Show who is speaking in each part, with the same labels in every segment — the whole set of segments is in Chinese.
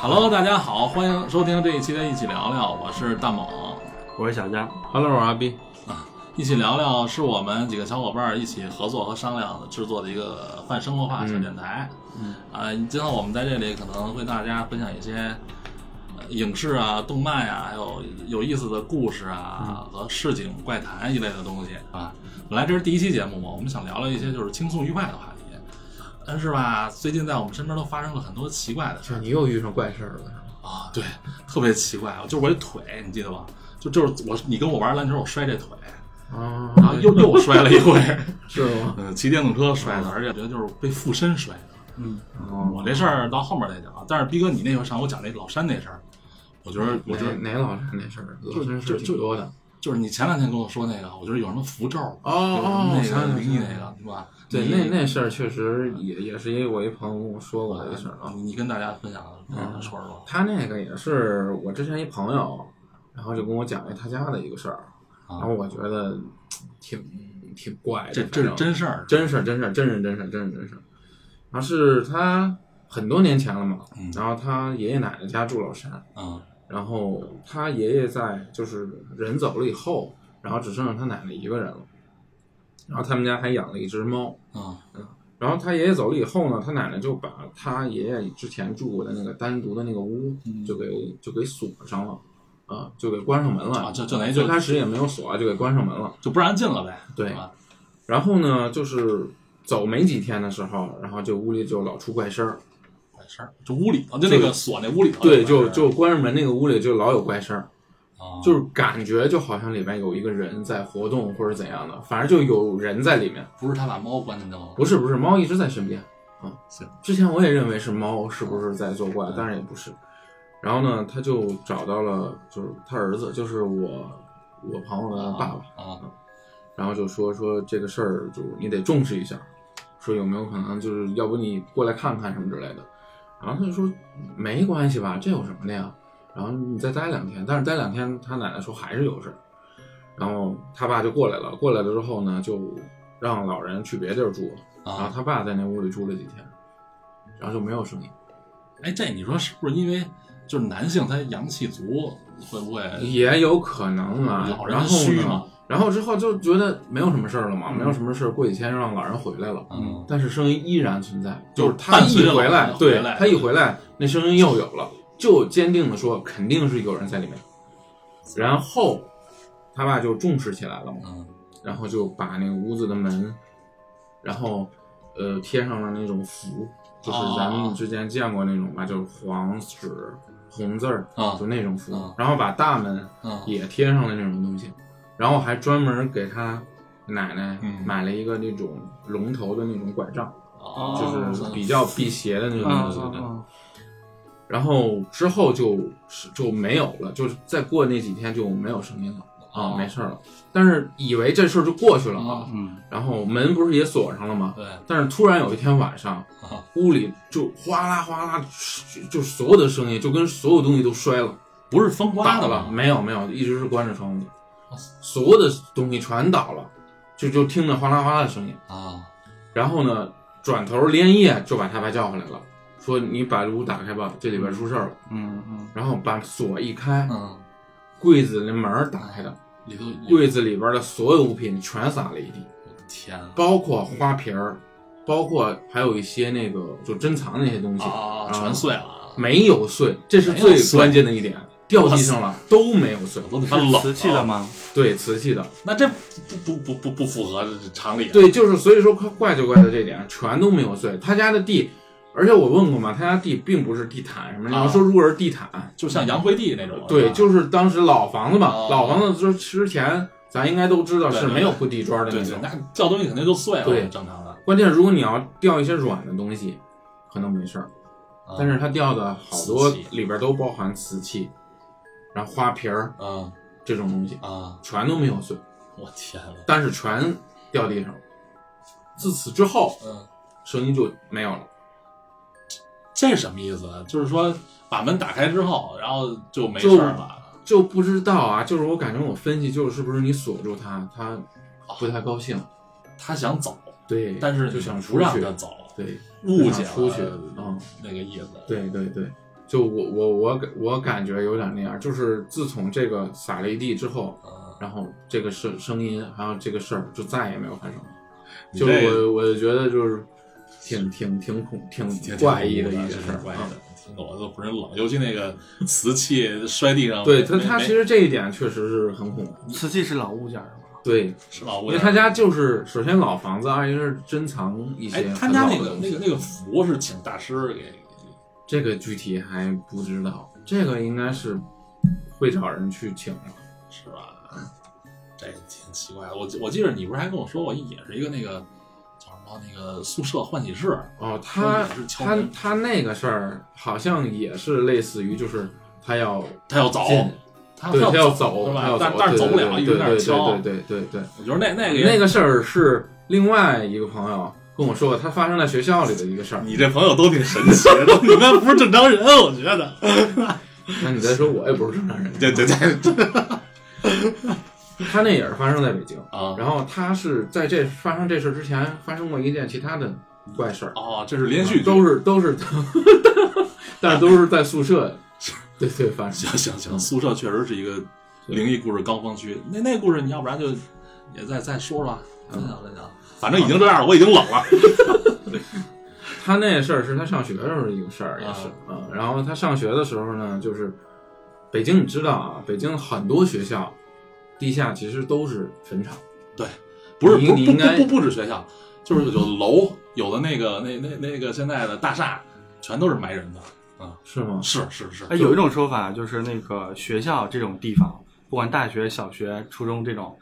Speaker 1: Hello，大家好，欢迎收听这一期的《一起聊聊》，我是大猛。
Speaker 2: 我是小佳，
Speaker 3: Hello，我是阿斌。
Speaker 1: 一起聊聊是我们几个小伙伴儿一起合作和商量制作的一个泛生活化小电台。嗯，啊、今后我们在这里可能会大家分享一些呃影视啊、动漫呀、还有有意思的故事啊、和市井怪谈一类的东西啊。本来这是第一期节目嘛，我们想聊聊一些就是轻松愉快的话题，但是吧，最近在我们身边都发生了很多奇怪的事儿。
Speaker 3: 是你又遇上怪事儿了，
Speaker 1: 啊，对，特别奇怪，啊就是我这腿，你记得吧？就就是我，你跟我玩篮球，我摔这腿，
Speaker 3: 啊
Speaker 1: 然后又又摔了一 回，
Speaker 3: 是吗？
Speaker 1: 嗯，骑电动车摔的，而且觉得就是被附身摔的。嗯，我这事儿到后面再讲啊。但是逼哥，你那回上我讲那老山那事儿，我觉得，我觉得
Speaker 3: 哪老师那事儿，老师
Speaker 1: 就
Speaker 3: 事挺多的。
Speaker 1: 就是你前两天跟我说那个，我觉得有什么符咒，
Speaker 3: 哦
Speaker 1: 有什么
Speaker 3: 哦，
Speaker 1: 那
Speaker 3: 想
Speaker 1: 个
Speaker 3: 想
Speaker 1: 灵异
Speaker 3: 想
Speaker 1: 那个，对吧？
Speaker 3: 对，
Speaker 1: 你
Speaker 3: 那那事儿确实也也是因为我一朋友跟我说过的事儿嗯啊。
Speaker 1: 你你跟大家分享分享说说
Speaker 3: 他那个也是我之前一朋友，然后就跟我讲了他家的一个事儿，然
Speaker 1: 啊
Speaker 3: 后，我觉得挺挺怪的。
Speaker 1: 这这是
Speaker 3: 反正
Speaker 1: 真事儿，
Speaker 3: 真事儿，真事儿，真人真事儿，真人真事儿。然后是他很多年前了嘛，
Speaker 1: 嗯
Speaker 3: 然后他爷爷奶奶家住老山，
Speaker 1: 嗯
Speaker 3: 然后他爷爷在就是人走了以后，然后只剩下他奶奶一个人了。然后他们家还养了一只猫。
Speaker 1: 嗯
Speaker 3: 然后他爷爷走了以后呢，他奶奶就把他爷爷之前住过的那个单独的那个屋
Speaker 1: 嗯
Speaker 3: 就给就给锁上了，啊，就给关上门了。
Speaker 1: 啊就就等于就
Speaker 3: 最开始也没有锁啊，就给关上门了。
Speaker 1: 就不让进了呗，
Speaker 3: 对
Speaker 1: 是吧？
Speaker 3: 然后呢，就是走没几天的时候，然后就屋里就老出怪声儿，
Speaker 1: 管事儿，就屋里头，就那个
Speaker 3: 就
Speaker 1: 锁那屋里头有
Speaker 3: 对，
Speaker 1: 管事儿，
Speaker 3: 就就关上门那个屋里就老有怪声儿。
Speaker 1: 啊
Speaker 3: 就是感觉就好像里面有一个人在活动或者怎样的，反正就有人在里面。
Speaker 1: 不是他把猫关进去了，
Speaker 3: 不是不是，猫一直在身边啊。
Speaker 1: 是，
Speaker 3: 之前我也认为是猫是不是在作怪，当然也不是。然后呢，他就找到了，就是他儿子，就是我我朋友的爸爸，
Speaker 1: 啊
Speaker 3: 然后就说说这个事儿，就是你得重视一下，说有没有可能就是要不你过来看看什么之类的。然后他就说没关系吧，这有什么的呀？然后你再待两天，但是待两天他奶奶说还是有事儿，然后他爸就过来了，过来了之后呢，就让老人去别地儿住了，然后
Speaker 1: 啊！
Speaker 3: 他爸在那屋里住了几天，然后就没有声音，
Speaker 1: 哎，这你说是不是因为就是男性他阳气足，会不会
Speaker 3: 也有可能啊。
Speaker 1: 老人
Speaker 3: 然后
Speaker 1: 虚
Speaker 3: 呢
Speaker 1: 嘛？
Speaker 3: 然后之后就觉得没有什么事儿了嘛，没有什么事儿，过几天让老人回来了，
Speaker 1: 嗯
Speaker 3: 但是声音依然存在，
Speaker 1: 就
Speaker 3: 就是是他一
Speaker 1: 伴随着
Speaker 3: 回
Speaker 1: 老人
Speaker 3: 来，
Speaker 1: 回
Speaker 3: 对
Speaker 1: 来
Speaker 3: 他一回来，那声音又有了，就坚定的说肯定是有人在里面。然后他爸就重视起来了嘛，
Speaker 1: 嗯
Speaker 3: 然后就把那个屋子的门，然后呃贴上了那种符，就是咱们之前见过那种吧，就是黄纸红字儿，
Speaker 1: 啊
Speaker 3: 就那种符
Speaker 1: 啊，
Speaker 3: 然后把大门
Speaker 1: 嗯
Speaker 3: 也贴上了那种东西，然后还专门给他奶奶
Speaker 1: 嗯
Speaker 3: 买了一个那种龙头的那种拐杖。哦
Speaker 1: 啊
Speaker 3: 就是比较辟邪
Speaker 4: 嗯
Speaker 3: 的那种
Speaker 2: 啊
Speaker 3: 东
Speaker 2: 啊
Speaker 3: 西。对
Speaker 2: 啊！
Speaker 3: 然后之后就是就没有了，就是再过那几天就没有声音了
Speaker 1: 啊
Speaker 3: 啊，没事儿了。但是以为这事儿就过去了
Speaker 1: 啊
Speaker 3: 啊，
Speaker 2: 嗯，
Speaker 3: 然后门不是也锁上了吗？
Speaker 1: 对
Speaker 3: 但是突然有一天晚上
Speaker 1: 啊，
Speaker 3: 屋里就哗啦哗啦，就就所有的声音就跟所有东西都摔了，
Speaker 1: 不是风刮的
Speaker 3: 倒
Speaker 1: 吧
Speaker 3: 了，？没有没有，一直是关着窗户
Speaker 1: 哇，
Speaker 3: 所有的东西全倒了，就就听着哗啦哗啦的声音。
Speaker 1: 啊
Speaker 3: 然后呢，转头连夜就把他爸叫回来了，说你把屋打开吧，这里边出事儿了。
Speaker 2: 嗯嗯，
Speaker 3: 然后把锁一开，
Speaker 1: 嗯，哎
Speaker 3: 柜子的门儿打开的，
Speaker 1: 里头有
Speaker 3: 柜子里边的所有物品全撒了一地，
Speaker 1: 天啊
Speaker 3: 包括花瓶儿，包括还有一些那个就珍藏那些东西，
Speaker 1: 啊，全碎了啊，
Speaker 3: 没有碎，这是最关键的一点，掉地上了都没有碎，
Speaker 1: 我都他
Speaker 2: 是
Speaker 1: 冷
Speaker 2: 瓷器的
Speaker 1: 了，
Speaker 2: 吗？
Speaker 3: 对，瓷器的，
Speaker 1: 那这不不不不不符合常理。
Speaker 3: 对，就是所以说怪就怪在这点，全都没有碎。他家的地，而且我问过嘛，他家地并不是地毯什么的。你
Speaker 1: 啊
Speaker 3: 要说如果是地毯，
Speaker 1: 就像杨辉帝那种，
Speaker 3: 嗯对，
Speaker 1: 是
Speaker 3: 就是当时老房子嘛，
Speaker 1: 哦
Speaker 3: 老房子之之前咱应该都知道
Speaker 1: 对
Speaker 3: 是
Speaker 1: 对
Speaker 3: 没有铺地砖
Speaker 1: 吧
Speaker 3: 的
Speaker 1: 对
Speaker 3: 那
Speaker 1: 对
Speaker 3: 种，。
Speaker 1: 那掉东西肯定就碎了，
Speaker 3: 对
Speaker 1: 正常的。
Speaker 3: 关键如果你要掉一些软的东西，可能没事儿，
Speaker 1: 啊
Speaker 3: 但是它掉的好多
Speaker 1: 瓷器
Speaker 3: 里边都包含瓷器，然后花瓶儿
Speaker 1: 嗯
Speaker 3: 这种东西
Speaker 1: 啊，
Speaker 3: 全都没有碎，
Speaker 1: 我天啊，
Speaker 3: 但是全掉地上了。自此之后，
Speaker 1: 嗯。
Speaker 3: 声音就没有了。
Speaker 1: 这是什么意思啊？就是说把门打开之后，然后就没事
Speaker 3: 就
Speaker 1: 儿了。
Speaker 3: 就不知道啊，就是我感觉我分析就是不是你锁住他，他不太高兴，
Speaker 1: 他想走，
Speaker 3: 对，
Speaker 1: 但是
Speaker 3: 就想
Speaker 1: 你
Speaker 3: 出
Speaker 1: 不让他
Speaker 3: 去，
Speaker 1: 走，
Speaker 3: 对，
Speaker 1: 误解
Speaker 3: 就想出去
Speaker 1: 了
Speaker 3: 嗯
Speaker 1: 那个意思。
Speaker 3: 对对对，就我我我感我感觉有点那样，就是自从这个撒了一地之后，
Speaker 1: 嗯
Speaker 3: 然后这个声声音还有这个事儿就再也没有发生了。
Speaker 2: 你
Speaker 3: 就
Speaker 2: 这
Speaker 3: 我我觉得就是挺挺挺恐挺
Speaker 2: 挺
Speaker 3: 怪异
Speaker 2: 的
Speaker 3: 的一件
Speaker 2: 挺
Speaker 3: 事儿
Speaker 2: 怪异
Speaker 3: 啊。
Speaker 2: 的。
Speaker 1: 听得我都浑身冷，尤其那个瓷器摔地上，
Speaker 3: 对
Speaker 1: 没
Speaker 3: 他，他
Speaker 1: 没
Speaker 3: 其实这一点确实是很恐怖。
Speaker 4: 瓷器是老物件儿是吗？
Speaker 3: 对，
Speaker 1: 是老
Speaker 3: 因
Speaker 1: 屋
Speaker 3: 为
Speaker 1: 檐儿，
Speaker 3: 他家就是首先老房子，二一个是珍藏一
Speaker 1: 哎
Speaker 3: 些，
Speaker 1: 他
Speaker 3: 很
Speaker 1: 家
Speaker 3: 老
Speaker 1: 那
Speaker 3: 的
Speaker 1: 个
Speaker 3: 东西。
Speaker 1: 那个那个符是请大师给，
Speaker 3: 这个具体还不知道，这个应该是会找人去请的。
Speaker 1: 是吧？这挺奇怪的。我记我记得你不是还跟我说过，也是一个那个叫什么那个宿舍换洗室，
Speaker 3: 哦，他
Speaker 1: 说你是敲
Speaker 3: 他
Speaker 1: 门
Speaker 3: 他那个事儿好像也是类似于就是他要
Speaker 1: 他要走，
Speaker 3: 进，
Speaker 1: 他
Speaker 3: 对，他
Speaker 1: 要
Speaker 3: 要
Speaker 1: 是
Speaker 3: 走，他
Speaker 1: 吧
Speaker 3: 要？走
Speaker 1: 但，但是走不
Speaker 3: 对
Speaker 1: 了，一直
Speaker 3: 对
Speaker 1: 在那
Speaker 3: 对
Speaker 1: 敲
Speaker 3: 对。对对对对。
Speaker 1: 我觉得那那个也
Speaker 3: 那个事儿是另外一个朋友跟我说过，他发生在学校里的一个事儿。
Speaker 2: 你这朋友都挺神奇的，你们不是正常人， 我觉 得。
Speaker 3: 那你再说，我也不是正常人。
Speaker 2: 对对对，
Speaker 3: 他那也是发生在北京，
Speaker 1: 啊，
Speaker 3: 然后他是在这发生这事儿之前发生过一件其他的怪事儿，
Speaker 1: 哦，这是连续剧
Speaker 3: 都是都是， 但是都是在宿舍，对对发生。
Speaker 1: 行行
Speaker 2: 嗯
Speaker 1: 行，宿舍确实是一个灵异故事高峰区。那那故事你要不然就也再再说说，
Speaker 2: 嗯
Speaker 1: 分享分享。
Speaker 2: 反正已经这样了，我已经冷 了。
Speaker 3: 他那事儿是他上学的时候的一个事儿，也是啊、嗯然后他上学的时候呢，就是北京，你知道啊，北京很多学校地下其实都是坟场。
Speaker 1: 不是
Speaker 3: 你
Speaker 1: 不
Speaker 3: 你
Speaker 1: 不
Speaker 3: 应该
Speaker 1: 不不不止学校，就是有楼，有的那个那那那个现在的大厦，全都是埋人的。
Speaker 3: 是吗？
Speaker 1: 是是是，
Speaker 4: 哎，有一种说法就是那个学校这种地方，不管大学、小学、初中这种，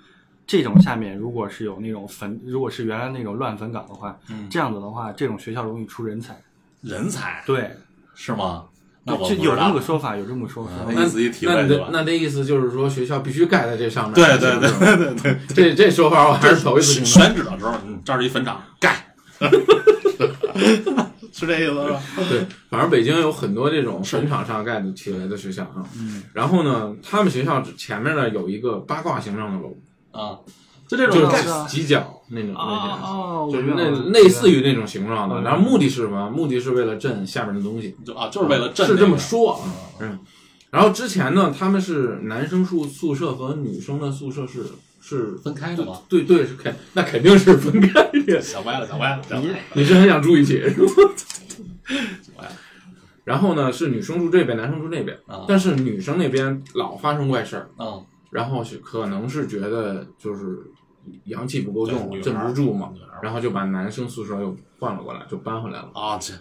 Speaker 4: 这种下面如果是有那种坟，如果是原来那种乱坟岗的话，
Speaker 1: 嗯
Speaker 4: 这样子的话，这种学校容易出人才。
Speaker 1: 人才
Speaker 4: 对，
Speaker 1: 是吗？那我
Speaker 4: 就
Speaker 1: 不
Speaker 4: 有
Speaker 1: 知
Speaker 4: 这
Speaker 1: 道
Speaker 4: 么个说法，有这么个说法。哎
Speaker 1: 嗯
Speaker 3: 那
Speaker 1: 你自己体会
Speaker 3: 那你的
Speaker 1: 对吧
Speaker 3: 那这意思就是说，学校必须盖在这上面。
Speaker 1: 对对对
Speaker 3: 对对对，这这说法我还是头一次听到。
Speaker 1: 选址的时候，嗯，这儿是一坟场，盖
Speaker 2: 是这意思吧？
Speaker 3: 对，反正北京有很多这种坟场上盖的起来的学校啊。嗯。然后呢，他们学校前面呢有一个八卦形状的楼，
Speaker 1: 啊，就这
Speaker 3: 就
Speaker 1: 种盖
Speaker 4: 知道
Speaker 3: 是几角那种那些。
Speaker 4: 哦
Speaker 3: 就是那类似于那种形状的，
Speaker 4: 嗯
Speaker 3: 然后目的是什么？目的是为了震下边的东西，
Speaker 1: 就啊，就是为了镇
Speaker 3: 是
Speaker 1: 那个
Speaker 3: 这么说啊。嗯，然后之前呢，他们是男生宿宿舍和女生的宿舍是是
Speaker 1: 分开的嘛。
Speaker 3: 对对，是肯，那肯定是分开 的。
Speaker 1: 想歪了，想歪了，想歪了
Speaker 3: 你是很想住一起 是吗？
Speaker 1: 歪了
Speaker 3: 然后呢，是女生住这边，男生住那边。
Speaker 1: 啊！
Speaker 3: 但是女生那边老发生怪事儿，
Speaker 1: 嗯，
Speaker 3: 然后是可能是觉得就是阳气不够
Speaker 1: 对
Speaker 3: 重，
Speaker 1: 女孩
Speaker 3: 镇
Speaker 1: 儿
Speaker 3: 不住嘛
Speaker 1: 女孩儿，
Speaker 3: 然后就把男生宿舍又换了过来，就搬回来了。
Speaker 1: 啊，这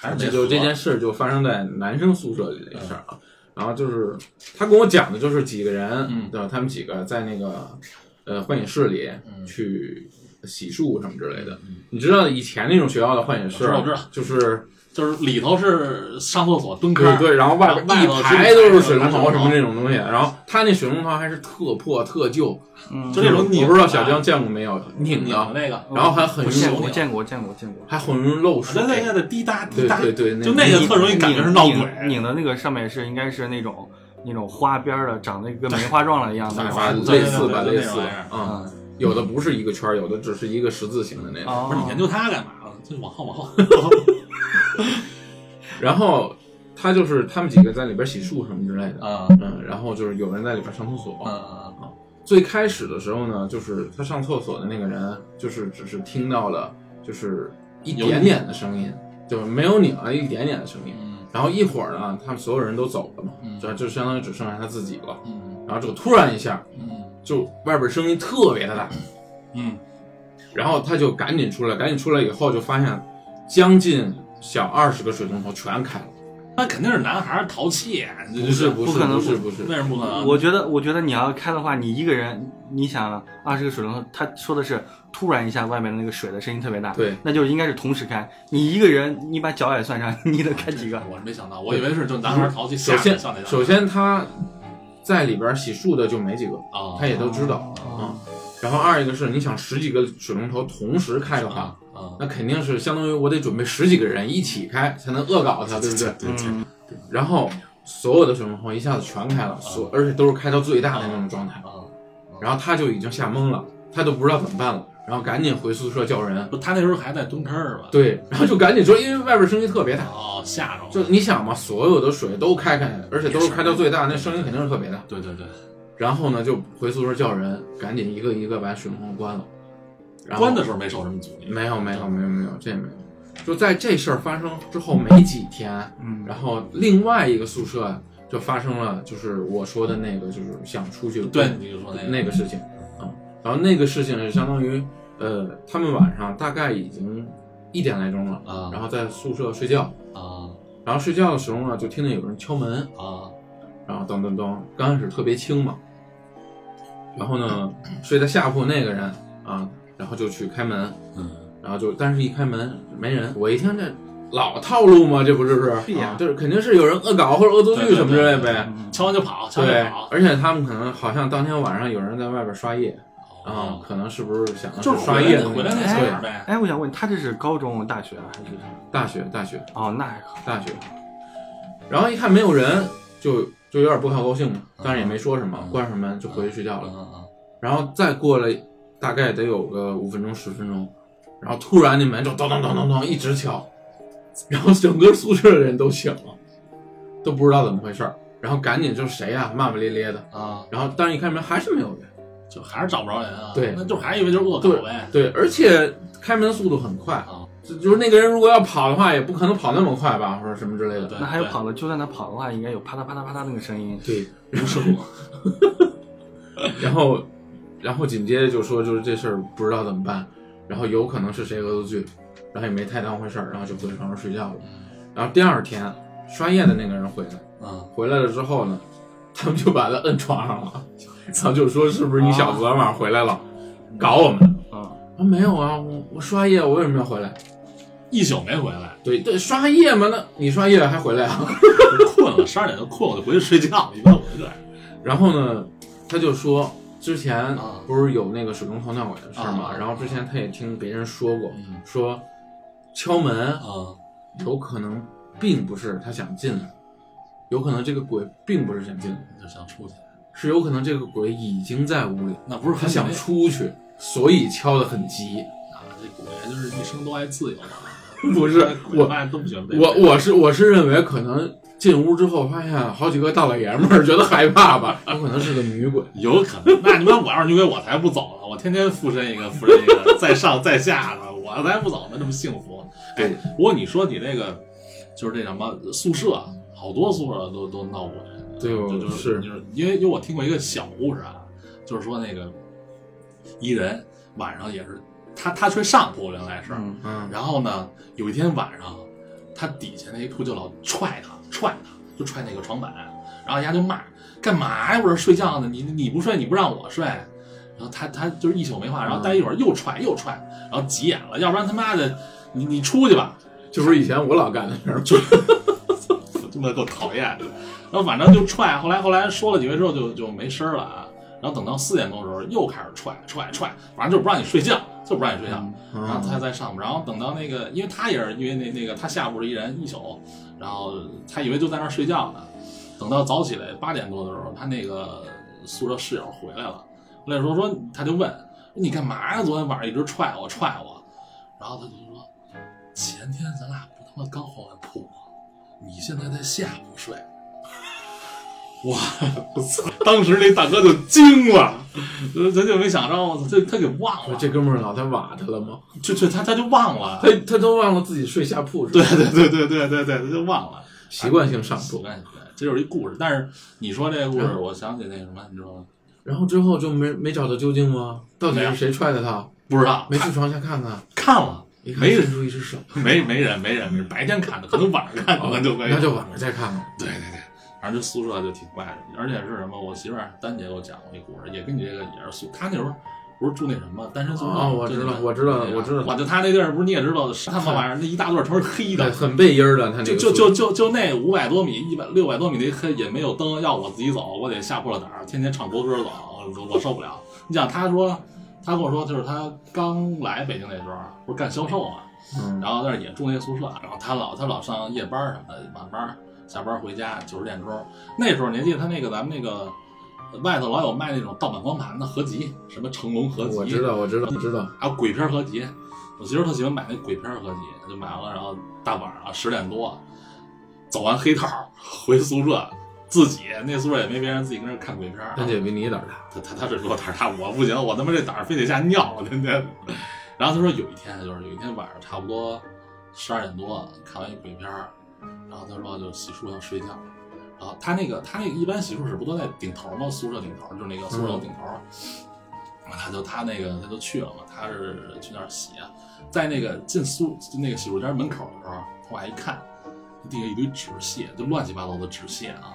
Speaker 1: 还是
Speaker 3: 这
Speaker 1: 没啊嗯
Speaker 3: 就
Speaker 1: 合
Speaker 3: 这件事儿就发生在男生宿舍里的事儿啊。然后就是他跟我讲的就是几个人，
Speaker 1: 嗯
Speaker 3: 对吧？他们几个在那个呃幻影室里
Speaker 1: 嗯
Speaker 3: 去洗漱什么之类的。你知道以前那种学校的幻影室，
Speaker 1: 我知道我知道
Speaker 3: 就是
Speaker 1: 就是里头是上厕所蹲坑
Speaker 3: 对
Speaker 1: 儿，
Speaker 3: 对，然后外
Speaker 1: 然后外
Speaker 3: 边
Speaker 1: 头
Speaker 3: 一排都是水龙
Speaker 1: 水龙头
Speaker 3: 头什么这种东西。然后他那水龙头还是特破特旧，
Speaker 4: 嗯，
Speaker 1: 就这种拧的
Speaker 3: 我不知道小江见过没有拧的，
Speaker 1: 那个，啊
Speaker 3: 然后还很
Speaker 4: 我见
Speaker 3: 容
Speaker 4: 过，
Speaker 3: 易
Speaker 4: 我见过，我见过，我 见过。
Speaker 3: 还很容易漏水
Speaker 1: 对。对对，滴答滴
Speaker 3: 对
Speaker 1: 答，
Speaker 3: 对对，
Speaker 1: 就那个特容易感觉是闹鬼
Speaker 4: 拧拧拧的那个上面是应该是那种那种花边儿的，长得跟梅花状的一样
Speaker 3: 反
Speaker 4: 的那
Speaker 3: 正
Speaker 4: 种。
Speaker 3: 反正类似吧，
Speaker 1: 对对对
Speaker 3: 类
Speaker 1: 对
Speaker 3: 似
Speaker 1: 那种玩意儿
Speaker 3: 吧，嗯。
Speaker 4: 嗯
Speaker 3: 有的不是一个圈儿，有的只是一个十字形的那种。
Speaker 4: 哦
Speaker 1: 不是你研究它干嘛？就往后往 后，
Speaker 3: 然后他就是他们几个在里边洗漱什么之类的，
Speaker 1: 啊
Speaker 3: 嗯，然后就是有人在里边上厕所。
Speaker 1: 嗯
Speaker 3: 最开始的时候呢，就是他上厕所的那个人，就是只是听到了就是一点点的声音，就是没有拧啊，一点点的声音。
Speaker 1: 嗯
Speaker 3: 然后一会儿呢，他们所有人都走了嘛，
Speaker 1: 嗯
Speaker 3: 这就相当于只剩下他自己了。
Speaker 1: 嗯
Speaker 3: 然后就突然一下，
Speaker 1: 嗯
Speaker 3: 就外边声音特别的大，
Speaker 1: 嗯
Speaker 3: 然后他就赶紧出来，赶紧出来以后就发现将近小二十个水龙头全开了。
Speaker 1: 那肯定是男孩儿淘气，
Speaker 3: 不是不
Speaker 4: 不
Speaker 3: 是
Speaker 4: 可能
Speaker 3: 不是不是，
Speaker 1: 为什么不可啊能？
Speaker 4: 我觉得，我觉得你要开的话，你一个人，你想二十个水龙头，他说的是突然一下外面的那个水的声音特别大，
Speaker 3: 对，
Speaker 4: 那就应该是同时开。你一个人，你把脚也算上，你得开几 个？
Speaker 1: 我是没想到，我以为是就男孩儿淘气，
Speaker 3: 嗯首
Speaker 1: 吓
Speaker 3: 先
Speaker 1: 得吓得
Speaker 3: 首先他在里边洗漱的就没几个，
Speaker 1: 啊，
Speaker 3: 他也都知道啊。然后二一个是你想十几个水龙头同时开的话
Speaker 1: 啊，啊，
Speaker 3: 那肯定是相当于我得准备十几个人一起开才能恶搞他，对不对？
Speaker 4: 嗯，
Speaker 3: 然后所有的水龙头一下子全开了，所而且都是开到最大的那种状态，
Speaker 1: 啊
Speaker 3: 然后他就已经吓懵了，他都不知道怎么办了。然后赶紧回宿舍叫人。
Speaker 1: 不，他那时候还在蹲坑儿吧？，
Speaker 3: 对，然后就赶紧说，因为外边声音特别大，
Speaker 1: 哦，吓着了。
Speaker 3: 就你想嘛，所有的水都开开，而且都是开到最大，那声音肯定是特别大。
Speaker 1: 对对对，
Speaker 3: 然后呢，就回宿舍叫人，赶紧一个一个把水龙头关了。然后
Speaker 1: 关的时候没受什么阻力。
Speaker 3: 没有没有没有没有，这没有。就在这事儿发生之后没几天，
Speaker 4: 嗯
Speaker 3: 然后另外一个宿舍就发生了，就是我说的那个，就是想出去
Speaker 1: 对，你就说那个
Speaker 3: 那个事情啊、然后那个事情是相当于，呃，他们晚上大概已经一点来钟了，
Speaker 1: 啊
Speaker 3: 然后在宿舍睡觉，
Speaker 1: 啊
Speaker 3: 然后睡觉的时候呢，就听见有人敲门，
Speaker 1: 啊
Speaker 3: 然后咚咚咚，刚开始特别轻嘛，然后呢，睡在下铺那个人啊，然后就去开门，
Speaker 1: 嗯，
Speaker 3: 然后就，但是一开门没人，我一听这老套路嘛，这不就是，
Speaker 4: 是呀
Speaker 3: 啊就是肯定是有人恶搞或者恶作剧什么之类呗。
Speaker 4: 嗯
Speaker 1: 敲完就跑，敲
Speaker 3: 对
Speaker 1: 完就跑。
Speaker 3: 而且他们可能好像当天晚上有人在外边刷夜啊、
Speaker 1: 哦，
Speaker 3: 可能是不是想的
Speaker 1: 就是
Speaker 3: 刷
Speaker 1: 回
Speaker 3: 夜
Speaker 1: 来
Speaker 3: 的
Speaker 1: 回来那
Speaker 4: 那
Speaker 1: 会
Speaker 4: 会
Speaker 1: 儿
Speaker 4: 儿
Speaker 1: 呗。
Speaker 4: 哎，我想问他这是高中、大学啊还是什么？
Speaker 3: 大学大学
Speaker 4: 哦，那还好。
Speaker 3: 大学，然后一看没有人，就就有点不太高兴嘛，但是也没说什么，
Speaker 1: 嗯
Speaker 3: 关上门就回去睡觉了。
Speaker 1: 嗯
Speaker 3: 然后再过了大概得有个五分钟十分钟，然后突然那门就咚咚咚咚咚一直敲，然后整个宿舍的人都醒了，都不知道怎么回事儿，然后赶紧就是谁呀、骂骂咧咧的，
Speaker 1: 嗯啊，
Speaker 3: 然后但是一开门还是没有人，
Speaker 1: 就还是找不着人啊。
Speaker 3: 对
Speaker 1: 那就还以为就是恶搞呗。
Speaker 3: 对，而且开门速度很快
Speaker 1: 啊，
Speaker 3: 就就是那个人如果要跑的话，也不可能跑那么快吧，或者什么之类的，
Speaker 1: 对
Speaker 4: 那还有
Speaker 1: 对
Speaker 4: 跑的，就算他跑的话，应该有啪嗒啪嗒啪嗒那个声音。
Speaker 3: 对，
Speaker 1: 无视我。
Speaker 3: 然后，然后紧接着就说，就是这事儿不知道怎么办，然后有可能是谁恶作剧，然后也没太当回事儿，然后就回床上睡觉了。然后第二天刷夜的那个人回来，
Speaker 1: 嗯，
Speaker 3: 回来了之后呢，他们就把他摁床上了，然后就说是不是你小子昨天晚上回来了，搞我们？
Speaker 4: 嗯，
Speaker 3: 啊，没有啊，我我刷夜，我为什么要回来？
Speaker 1: 一宿没回来，
Speaker 3: 对对，刷夜嘛，那你刷夜还回来啊？
Speaker 1: 困了，十 二点就困，我就回去睡觉了。一般我就这样。
Speaker 3: 然后呢，他就说之前
Speaker 1: 啊
Speaker 3: 不是有那个水龙头闹鬼的事儿吗？
Speaker 1: 啊
Speaker 3: 然后之前他也听别人说过，
Speaker 1: 嗯
Speaker 3: 说敲门
Speaker 1: 啊
Speaker 3: 有可能并不是他想进来，有可能这个鬼并不是想进来，
Speaker 1: 就想出去，
Speaker 3: 是有可能这个鬼已经在屋里，
Speaker 1: 那不是
Speaker 3: 他
Speaker 1: 很
Speaker 3: 想
Speaker 1: 美
Speaker 3: 出去，所以敲得很急。
Speaker 1: 啊？这鬼就是一生都爱自由 嘛。
Speaker 3: 不是
Speaker 1: 我
Speaker 3: 我
Speaker 1: 发现都不喜欢被
Speaker 3: 我我是我是认为可能进屋之后发现好几个大老爷们儿觉得害怕吧，有可能是个女 鬼。
Speaker 1: 有可能。那你妈我要是女鬼，我才不走呢！我天天附身一个，附身一个，再上再下的，我才不走呢！这么幸福。哎，不过你说你那个就是这什么宿舍啊，好多宿舍都都闹鬼。
Speaker 3: 对我
Speaker 1: 就就是就是因为因为我听过一个小故事啊，就是说那个一人晚上也是他他睡上铺原来是，
Speaker 4: 嗯
Speaker 3: 嗯，
Speaker 1: 然后呢有一天晚上他底下那一铺就老踹他踹他，就踹那个床板，然后人家就骂干嘛呀？我这睡觉呢，你你不睡你不让我睡。然后他他就是一宿没话，然后待一会儿又踹又踹，然后急眼了，要不然他妈的你你出去吧，
Speaker 3: 这不是以前我老干的事儿吗？
Speaker 1: 他妈够讨厌的。然后反正就踹，后来后来说了几回之后就就没声儿了啊。然后等到四点多的时候又开始踹踹踹，反正就不让你睡觉，就不让你睡觉。然后他在上面，然后等到那个，因为他也是因为那那个他下午是一人一宿，然后他以为就在那儿睡觉呢。等到早起来八点多的时候，他那个宿舍室友回来了，回来说说他就问你干嘛呀？昨天晚上一直踹我踹我，然后他就说前天咱俩不他妈刚换完铺吗？你现在在下铺睡。哇！我操！当时那大哥就惊了，呃他就没想着，我操，这他给忘了，
Speaker 3: 这哥们儿老在瓦特了吗？
Speaker 1: 就就他他就忘了，
Speaker 3: 他他都忘了自己睡下铺是吧
Speaker 1: 啊 对对对对对对对，他就忘了。
Speaker 3: 习惯性上
Speaker 1: 我
Speaker 3: 铺，
Speaker 1: 感觉这就是一故事，但是你说这个故
Speaker 3: 嗯
Speaker 1: 事，我想起那什么，你知道吗？
Speaker 3: 然后之后就没没找到究竟吗？到底是谁踹的他？
Speaker 1: 不知道，
Speaker 3: 没去床下看看，
Speaker 1: 看了，
Speaker 3: 一看
Speaker 1: 没
Speaker 3: 伸
Speaker 1: 人，
Speaker 3: 出一只手，
Speaker 1: 没没人，没人，没人，白天看的，可能晚上看可能就没有。
Speaker 3: 哦那就晚上再看看。
Speaker 1: 对对对，反正这宿舍就挺怪的，而且是什么？我媳妇儿丹姐给我讲过一故事，也跟你这个也是宿，她那时候。不是住那什么单身宿舍
Speaker 3: 哦我知道我知道我知道
Speaker 1: 我就她那地儿，不是你也知道，他 妈玩意儿那一大段全是黑的
Speaker 3: 对，，很背阴儿的，他那
Speaker 1: 就
Speaker 3: 个
Speaker 1: 就
Speaker 3: 宿
Speaker 1: 就就就那五百多米、一百六百多米那黑也没有灯，要我自己走，我得吓破了胆儿，天天唱国歌走，我我受不了。你想，他说，他跟我说，就是他刚来北京那时候，啊不是干销售嘛，
Speaker 3: 嗯，
Speaker 1: 然后但是也住那宿舍，然后他老他老上夜班什么的，晚班，下班回家九十点钟。那时候您记得他那个咱们那个外头老有卖那种盗版光盘的合集，什么成龙合集，
Speaker 3: 我知道，我知道，我知道。
Speaker 1: 还有鬼片合集。我媳妇儿特喜欢买那鬼片合集，就买完了，然后大晚上十点多，走完黑道儿回宿舍，自己那宿舍也没别人，自己跟那儿看鬼片儿。
Speaker 3: 但这也比你胆儿大，
Speaker 1: 他他他是说胆儿大，我不行，我他妈这胆儿非得吓尿了，天天。然后他说有一天就是有一天晚上差不多十二点多看完一鬼片儿，然后他说就洗漱要睡觉，然后他那个他那个一般洗漱室不都在顶头吗？宿舍顶头就是那个宿舍顶头，然后他就他那个他就去了嘛，他是去那儿洗啊，在那个进宿进那个洗漱间门口的时候，我俩一看，地下一堆纸屑，就乱七八糟的纸屑啊，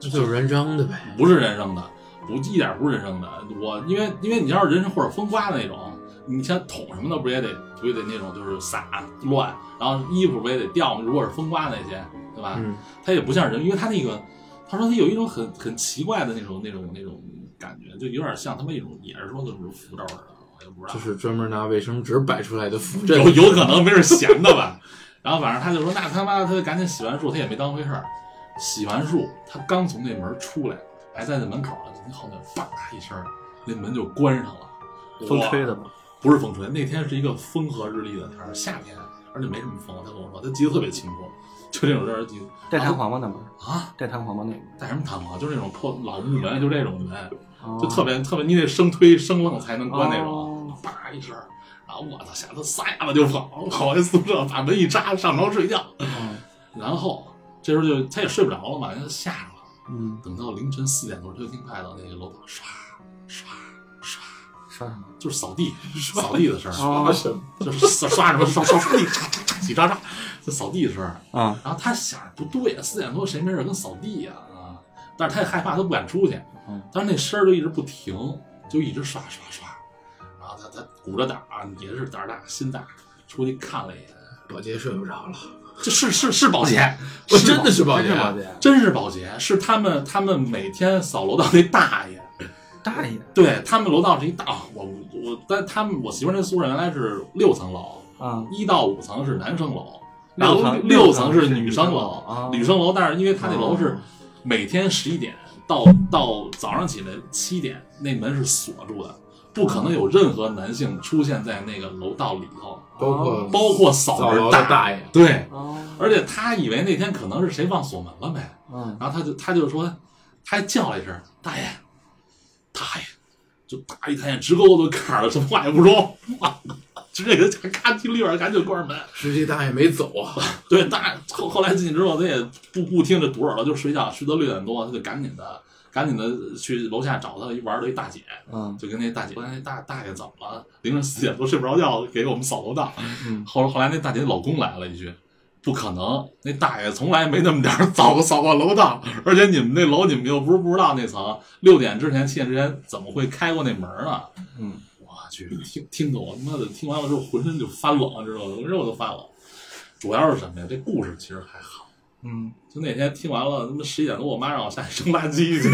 Speaker 3: 这就是人扔的呗。
Speaker 1: 不是人扔的，不一点不是人扔的。我因为因为你要是人扔或者风刮的那种，你像桶什么的不也得不也得那种就是撒乱，然后衣服不也得掉吗？如果是风刮那些，对吧？
Speaker 3: 嗯，
Speaker 1: 它也不像人，因为它那个，他说它有一种很很奇怪的那种那种那种感觉，就有点像他们一种也是说的种符咒似的，我也不知道，
Speaker 3: 就是专门拿卫生纸摆出来的符 阵
Speaker 1: 有。有可能没准闲的吧。然后反正他就说，那他妈的他就赶紧洗完漱，他也没当回事儿。洗完漱，他刚从那门出来，还在那门口呢，那后面叭一声，那门就关上了。
Speaker 4: 风
Speaker 1: 哇
Speaker 4: 吹的嘛，
Speaker 1: 不是风吹，那天是一个风和日丽的天儿，夏天，而且没什么风。他跟我说，他记得特别清楚，就这种事儿记得
Speaker 4: 带弹簧吗？那门
Speaker 1: 啊，
Speaker 4: 带弹簧吗？那个
Speaker 1: 带什么弹簧？就这种破老木门，就这种门，
Speaker 4: 哦
Speaker 1: 就特别特别，你得生推生愣才能关那种
Speaker 4: 哦，
Speaker 1: 叭一声儿，然后我操，吓得撒丫子就跑，跑回宿舍把门一扎，上床睡觉。
Speaker 4: 嗯
Speaker 1: 然后这时候就他也睡不着了嘛，他就吓着了。
Speaker 4: 嗯，
Speaker 1: 等到凌晨四点多，他就听快到那个楼道唰唰唰，
Speaker 4: 刷 什么？
Speaker 1: 就是扫地扫地的声儿，
Speaker 3: 啊
Speaker 4: 哦
Speaker 1: 就是刷刷什么刷刷刷地，嚓嚓嚓几喳喳，就扫地的声儿。
Speaker 4: 啊，
Speaker 1: 然后他想着不对，四点多谁没事儿跟扫地呀啊？但是他也害怕，他不敢出去
Speaker 4: 嗯。
Speaker 1: 但是那声儿就一直不停，就一直刷刷刷。然后他他鼓着胆儿，也是胆儿大心大，出去看了一眼，
Speaker 3: 保洁睡不着了，
Speaker 1: 这是是是保洁，
Speaker 3: 我
Speaker 1: 是
Speaker 3: 真的是保洁
Speaker 4: 真是
Speaker 3: 啊
Speaker 4: 保，洁，
Speaker 1: 真是保洁，是他们他们每天扫楼道那大爷。
Speaker 4: 大爷
Speaker 1: 对他们楼道是一大，我我但他们我媳妇儿那宿舍原来是六层楼，
Speaker 4: 啊，
Speaker 1: 一到五层是男生楼，然
Speaker 4: 六层
Speaker 1: 后层
Speaker 4: 六层
Speaker 1: 是
Speaker 4: 是
Speaker 1: 女
Speaker 4: 女
Speaker 1: 生
Speaker 4: 生
Speaker 1: 楼
Speaker 4: 楼啊，
Speaker 1: 女生楼，但是因为他那楼是
Speaker 4: 哦
Speaker 1: 每天十一点到到早上起来七点，那门是锁住的，不
Speaker 4: 哦
Speaker 1: 可能有任何男性出现在那个楼道里头，
Speaker 4: 嗯
Speaker 3: 包括
Speaker 1: 包括扫
Speaker 3: 扫
Speaker 1: 门
Speaker 3: 楼的大爷，
Speaker 1: 对，
Speaker 4: 哦，
Speaker 1: 而且他以为那天可能是谁忘锁门了呗，
Speaker 4: 嗯，
Speaker 1: 然后他就他就说，他还叫了一声“大爷，大爷”，就大一看眼直勾勾的看着他，什么话也不说， 哇直接给他咔叽溜儿，赶紧关上门。
Speaker 3: 实际大爷没走啊，
Speaker 1: 对，大后后来进去之后，他也不不听这堵耳朵就睡觉，睡到六点多，他就赶紧的赶紧的去楼下找他一玩的一大姐，
Speaker 4: 嗯，
Speaker 1: 就跟那大姐说那大大爷怎么了？ 凌晨四点多睡不着觉，给我们扫楼道。
Speaker 4: 嗯
Speaker 1: 后后来那大姐老公来了一句。不可能，那大爷从来没那么点儿早扫过楼道，而且你们那楼你们又不是不知道那层六点之前七点之前怎么会开过那门呢？
Speaker 4: 嗯，
Speaker 1: 我去，听听得我他妈的听完了之后浑身就翻冷，知道吗？肉都翻冷。主要是什么呀？这故事其实还好，
Speaker 4: 嗯，
Speaker 1: 就那天听完了，他妈十一点多，我妈让我下去扔垃圾去，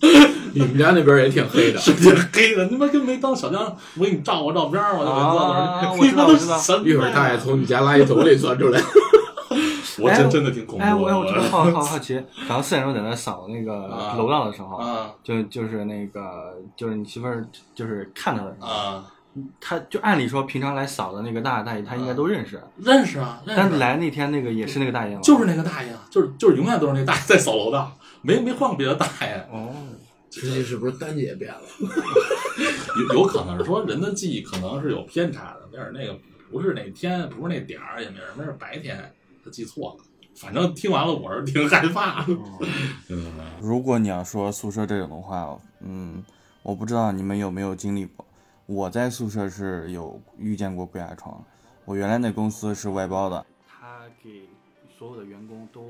Speaker 3: 你们家那边也挺 黑的，
Speaker 1: 直接黑的，他妈跟没当小将，我给你照我照片儿，我就
Speaker 4: 啊
Speaker 1: 坐 那儿，
Speaker 4: 我知道我知
Speaker 1: 道
Speaker 3: 一会儿大爷，从你家垃圾桶里钻出来，
Speaker 1: 我真真的挺恐怖的，
Speaker 4: 哎，我哎我特 别好好好奇，然后四点钟在那扫那个
Speaker 1: 啊
Speaker 4: 楼道的时候，
Speaker 1: 啊
Speaker 4: 就就是那个就是你媳妇儿就是看到的时候，
Speaker 1: 啊，
Speaker 4: 她就按理说平常来扫的那个大爷大爷，她应该都认识，
Speaker 1: 认识啊，认识
Speaker 4: 但
Speaker 1: 啊，
Speaker 4: 是来那天那个也是那个大爷吗？
Speaker 1: 就是那个大爷，啊就是就是永远都是那大爷在扫楼道，没没换过别的大爷，
Speaker 4: 哦，
Speaker 3: 实际是不是丹姐变了？
Speaker 1: 有有可能是说人的记忆可能是有偏差的，没准那个不是那天，不是那点儿，也没准没准白天他记错了。反正听完了，我是挺害怕的。
Speaker 3: 哦 嗯
Speaker 5: 如果你要说宿舍这种的话，嗯，我不知道你们有没有经历过。我在宿舍是有遇见过鬼压床。我原来那公司是外包的，
Speaker 4: 他给所有的员工都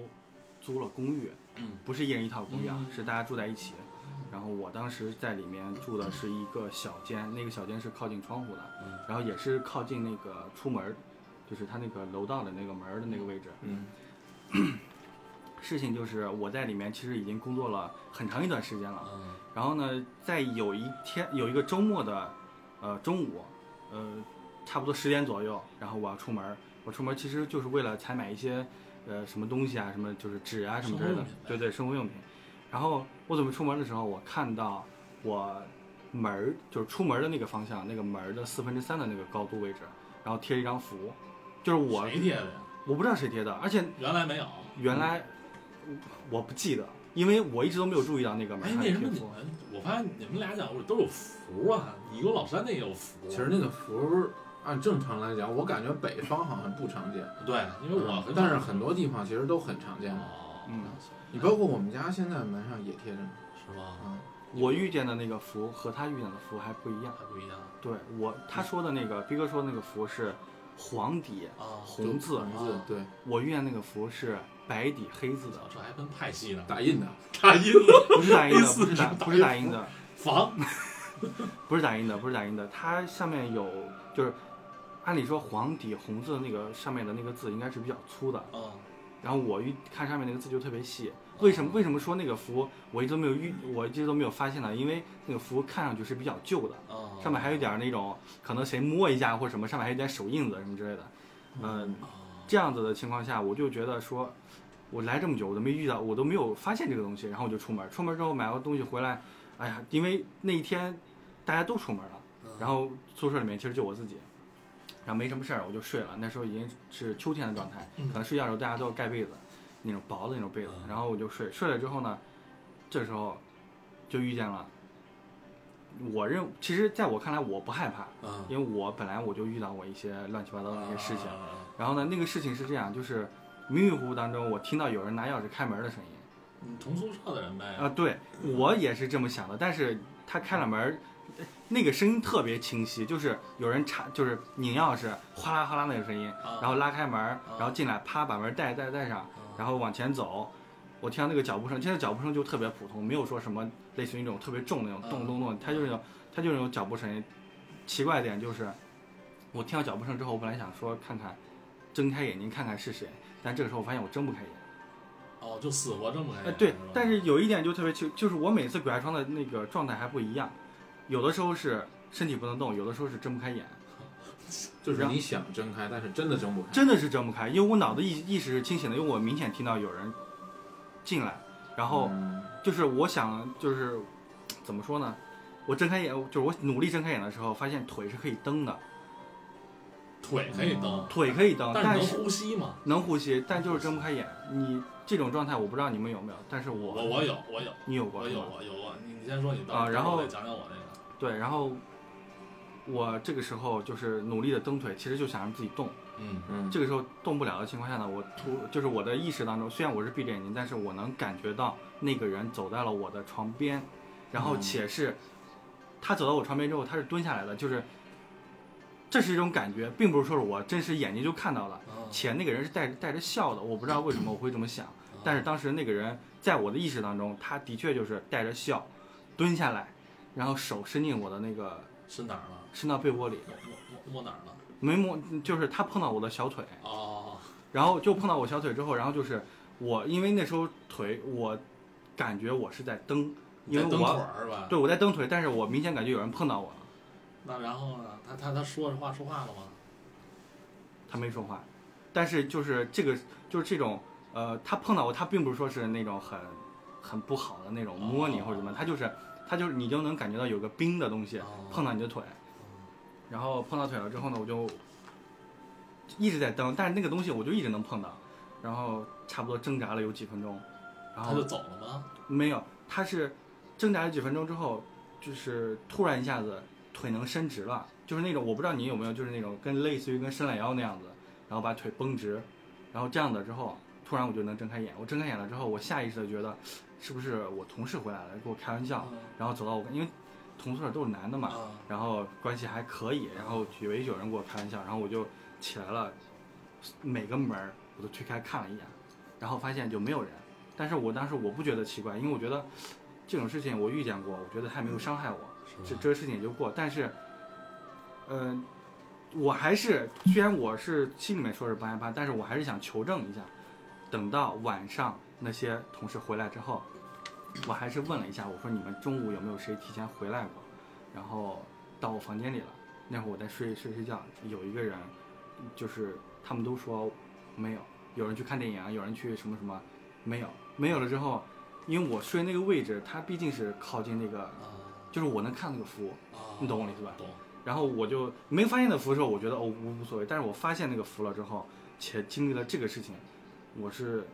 Speaker 4: 租了公寓，
Speaker 1: 嗯
Speaker 4: 不是一人一套公寓啊，
Speaker 1: 嗯
Speaker 4: 是大家住在一起。然后我当时在里面住的是一个小间，那个小间是靠近窗户的，
Speaker 1: 嗯
Speaker 4: 然后也是靠近那个出门儿，就是他那个楼道的那个门儿的那个位置。
Speaker 1: 嗯
Speaker 4: 事情就是我在里面其实已经工作了很长一段时间了，
Speaker 1: 嗯
Speaker 4: 然后呢，在有一天有一个周末的，呃，中午，呃，差不多十点左右，然后我要出门儿，我出门儿其实就是为了采买一些，呃，什么东西啊，什么就是纸啊什么之类
Speaker 1: 生活
Speaker 4: 的
Speaker 1: 用品，
Speaker 4: 对对，生活用品。然后我准备出门的时候，我看到我门儿就是出门的那个方向，那个门儿的四分之三的那个高度位置，然后贴一张符，就是我
Speaker 1: 谁贴的呀？
Speaker 4: 我不知道谁贴的，而且
Speaker 1: 原来没有。
Speaker 4: 原来我不记得，因为我一直都没有注意到那个门
Speaker 1: 哎，
Speaker 4: 上
Speaker 1: 为
Speaker 4: 有
Speaker 1: 什么
Speaker 4: 贴
Speaker 1: 你
Speaker 4: 符。
Speaker 1: 们？我发现你们俩讲故事都有符啊，你跟老山那也有符。
Speaker 3: 其实那个符儿按正常来讲，我感觉北方好像不常见，
Speaker 1: 对，因为我很
Speaker 3: 但是很多地方其实都很常见的。
Speaker 1: 哦，
Speaker 4: 嗯
Speaker 3: 你包括我们家现在门上也贴着呢。
Speaker 1: 是吗？
Speaker 3: 嗯，
Speaker 4: 我遇见的那个符和他遇见的符还不一样。
Speaker 1: 还不一样
Speaker 4: 对我他说的那个逼哥说的那个符是黄底，
Speaker 1: 啊。
Speaker 4: 红字
Speaker 3: 红字
Speaker 1: 啊，
Speaker 3: 对，
Speaker 4: 我遇见那个符是白底黑字的
Speaker 1: 我，啊这还分派系呢，
Speaker 3: 打印的。
Speaker 1: 打印的
Speaker 4: 不是打印
Speaker 1: 黑
Speaker 4: 的，
Speaker 1: 字
Speaker 4: 不是打
Speaker 1: 是打
Speaker 4: 不是打印的，
Speaker 1: 房
Speaker 4: 嗯不是打印的，不是打印的，它上面有就是，按理说黄底红字的那个上面的那个字应该是比较粗的，
Speaker 1: 啊，
Speaker 4: 然后我一看上面那个字就特别细。为什么为什么说那个符我一直都没有遇，我一直都没有发现呢？因为那个符看上去是比较旧的，
Speaker 1: 啊
Speaker 4: 上面还有点那种可能谁摸一下或者什么，上面还有点手印子什么之类的。嗯，这样子的情况下，我就觉得说，我来这么久我都没遇到，我都没有发现这个东西，然后我就出门，出门之后买完东西回来，哎呀，因为那一天大家都出门了，
Speaker 1: 嗯
Speaker 4: 然后宿舍里面其实就我自己。然后没什么事儿，我就睡了。那时候已经是秋天的状态，
Speaker 1: 嗯
Speaker 4: 可能睡觉的时候大家都要盖被子，那种薄的那种被子。然后我就睡，睡了之后呢，这时候就遇见了。我认，其实在我看来，我不害怕，
Speaker 1: 啊，
Speaker 4: 因为我本来我就遇到过一些乱七八糟的一些事情。
Speaker 1: 啊
Speaker 4: 然后呢，那个事情是这样，就是迷迷糊糊当中，我听到有人拿钥匙开门的声音。
Speaker 1: 你同宿舍的人呗
Speaker 4: 啊、对我也是这么想的，但是他开了门儿，那个声音特别清晰，就是有人插，就是拧钥匙，哗啦哗啦那个声音，
Speaker 1: 啊
Speaker 4: 然后拉开门儿，然后进来，啪把门带带带上，
Speaker 1: 嗯
Speaker 4: 然后往前走。我听到那个脚步声，现在脚步声就特别普通，没有说什么类似于那种特别重的那
Speaker 1: 嗯
Speaker 4: 种咚咚咚，它就是那种它就是那种脚步声。奇怪的点就是，我听到脚步声之后，我本来想说看看，睁开眼睛看看是谁，但这个时候我发现我睁不开眼。
Speaker 1: 哦，就死活睁不开
Speaker 4: 呃，
Speaker 1: 眼。
Speaker 4: 对
Speaker 1: 吧，
Speaker 4: 但是有一点就特别奇，就是我每次鬼压床的那个状态还不一样，有的时候是身体不能动，有的时候是睁不开眼，
Speaker 3: 就是你想睁开，但是真的睁不开。
Speaker 4: 真的是睁不开，因为我脑子意意识是清醒的，因为我明显听到有人进来，然后
Speaker 3: 嗯
Speaker 4: 就是我想就是怎么说呢，我睁开眼，就是我努力睁开眼的时候，发现腿是可以蹬的，
Speaker 1: 腿可以蹬，
Speaker 4: 嗯腿可以蹬，
Speaker 1: 但
Speaker 4: 但
Speaker 1: 是
Speaker 4: 是
Speaker 1: 能呼吸吗？
Speaker 4: 能呼吸，但就是睁不开眼。你这种状态我不知道你们有没有，但是我
Speaker 1: 我我有我有
Speaker 4: 你有过
Speaker 1: 我
Speaker 4: 是
Speaker 1: 有
Speaker 4: 吗
Speaker 1: 我有我，你你先说你的
Speaker 4: 啊然后
Speaker 1: 我再讲讲我那个。
Speaker 4: 对，然后我这个时候就是努力的蹬腿，其实就想让自己动。
Speaker 1: 嗯
Speaker 3: 嗯，
Speaker 4: 这个时候动不了的情况下呢，我突就是我的意识当中，虽然我是闭着眼睛，但是我能感觉到那个人走到了我的床边，然后且是、他走到我床边之后，他是蹲下来的，就是这是一种感觉，并不是说是我真实眼睛就看到了，
Speaker 1: 啊
Speaker 4: 且那个人是带着带着笑的，我不知道为什么我会这么想，但是当时那个人在我的意识当中，他的确就是带着笑，蹲下来，然后手伸进我的那个
Speaker 1: 嗯是哪儿了？
Speaker 4: 伸到被窝里，
Speaker 1: 摸摸摸摸哪儿了？
Speaker 4: 没摸，就是他碰到我的小腿，
Speaker 1: 哦，
Speaker 4: 然后就碰到我小腿之后，然后就是我因为那时候腿我感觉我是在蹬，因为
Speaker 1: 你在蹬腿
Speaker 4: 我
Speaker 1: 儿是吧？
Speaker 4: 对我在蹬腿，但是我明显感觉有人碰到我了，
Speaker 1: 那然后呢？他他他说话说话了吗？
Speaker 4: 他没说话，但是就是这个就是这种呃，他碰到我，他并不是说是那种很很不好的那种摸你
Speaker 1: 哦
Speaker 4: 或者怎么，他就是他就是你就能感觉到有个冰的东西
Speaker 1: 哦
Speaker 4: 碰到你的腿，然后碰到腿了之后呢，我就一直在蹬，但是那个东西我就一直能碰到，然后差不多挣扎了有几分钟，然
Speaker 1: 他
Speaker 4: 后
Speaker 1: 就走了吗？
Speaker 4: 没有，他是挣扎了几分钟之后，就是突然一下子腿能伸直了，就是那种我不知道你有没有，就是那种跟类似于跟伸懒腰那样子，然后把腿绷直，然后这样的之后，突然我就能睁开眼。我睁开眼了之后，我下意识的觉得是不是我同事回来了，跟我开玩笑，
Speaker 1: 嗯
Speaker 4: 然后走到我跟因为同宿舍都是男的嘛，
Speaker 1: 啊
Speaker 4: 然后关系还可以，然后以为有人跟我开玩笑，然后我就起来了，每个门儿我都推开看了一眼，然后发现就没有人。但是我当时我不觉得奇怪，因为我觉得这种事情我遇见过，我觉得他也没有伤害我，这这个事情也就过。但是，嗯、我还是虽然我是心里面说是不害怕，但是我还是想求证一下。等到晚上那些同事回来之后，我还是问了一下，我说你们中午有没有谁提前回来过？然后到我房间里了。那会儿我在睡睡睡觉，有一个人，就是他们都啊说没有，有人去看电影，有人去什么什么，没有，没有了之后，因为我睡那个位置，它毕竟是靠近那个，就是我能看那个符，你懂我的意思吧？
Speaker 1: 嗯哦懂。
Speaker 4: 然后我就没发现那符的时候，我觉得哦无无所谓，但是我发现那个符了之后，且经历了这个事情，我是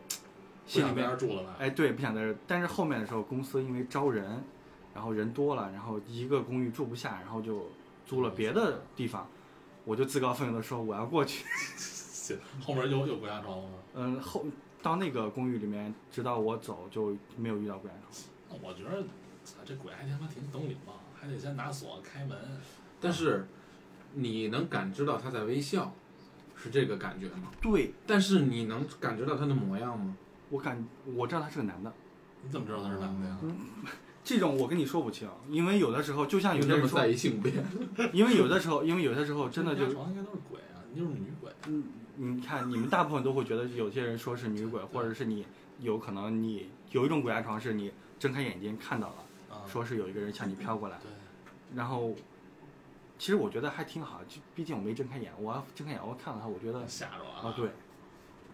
Speaker 4: 心里面
Speaker 1: 边住了吧？
Speaker 4: 哎，对，不想在这儿。但是后面的时候，公司因为招人，然后人多了，然后一个公寓住不下，然后就租了别的地方。我就自告奋勇的说我要过去。
Speaker 1: 行，后面有有鬼压床了吗？
Speaker 4: 嗯，后到那个公寓里面，直到我走就没有遇到鬼压床。
Speaker 1: 那我觉得操这鬼还他妈挺懂礼貌，还得先拿锁开门。
Speaker 3: 但是你能感知到他在微笑，是这个感觉吗？
Speaker 4: 对
Speaker 3: 但是你能感知到他的模样吗？
Speaker 4: 我感我知道他是个男的，
Speaker 1: 你怎么知道他是男的
Speaker 4: 哦
Speaker 1: 呀？
Speaker 4: 这种我跟你说不清，因为有的时候就像有
Speaker 3: 你这
Speaker 4: 的人
Speaker 3: 么
Speaker 4: 说
Speaker 3: 在，意性别，
Speaker 4: 因为有的时候，因为有的时候真的
Speaker 1: 鬼
Speaker 4: 就
Speaker 1: 压床应该都是鬼啊，你就是女鬼。
Speaker 4: 嗯，你看，你们大部分都会觉得有些人说是女鬼，或者是你有可能你有一种鬼压床是你睁开眼睛看到了，
Speaker 1: 啊，
Speaker 4: 说是有一个人向你飘过来，
Speaker 1: 对，
Speaker 4: 然后其实我觉得还挺好，就毕竟我没睁开眼，我要睁开眼我看到他，我觉得
Speaker 1: 吓着了
Speaker 4: 啊对，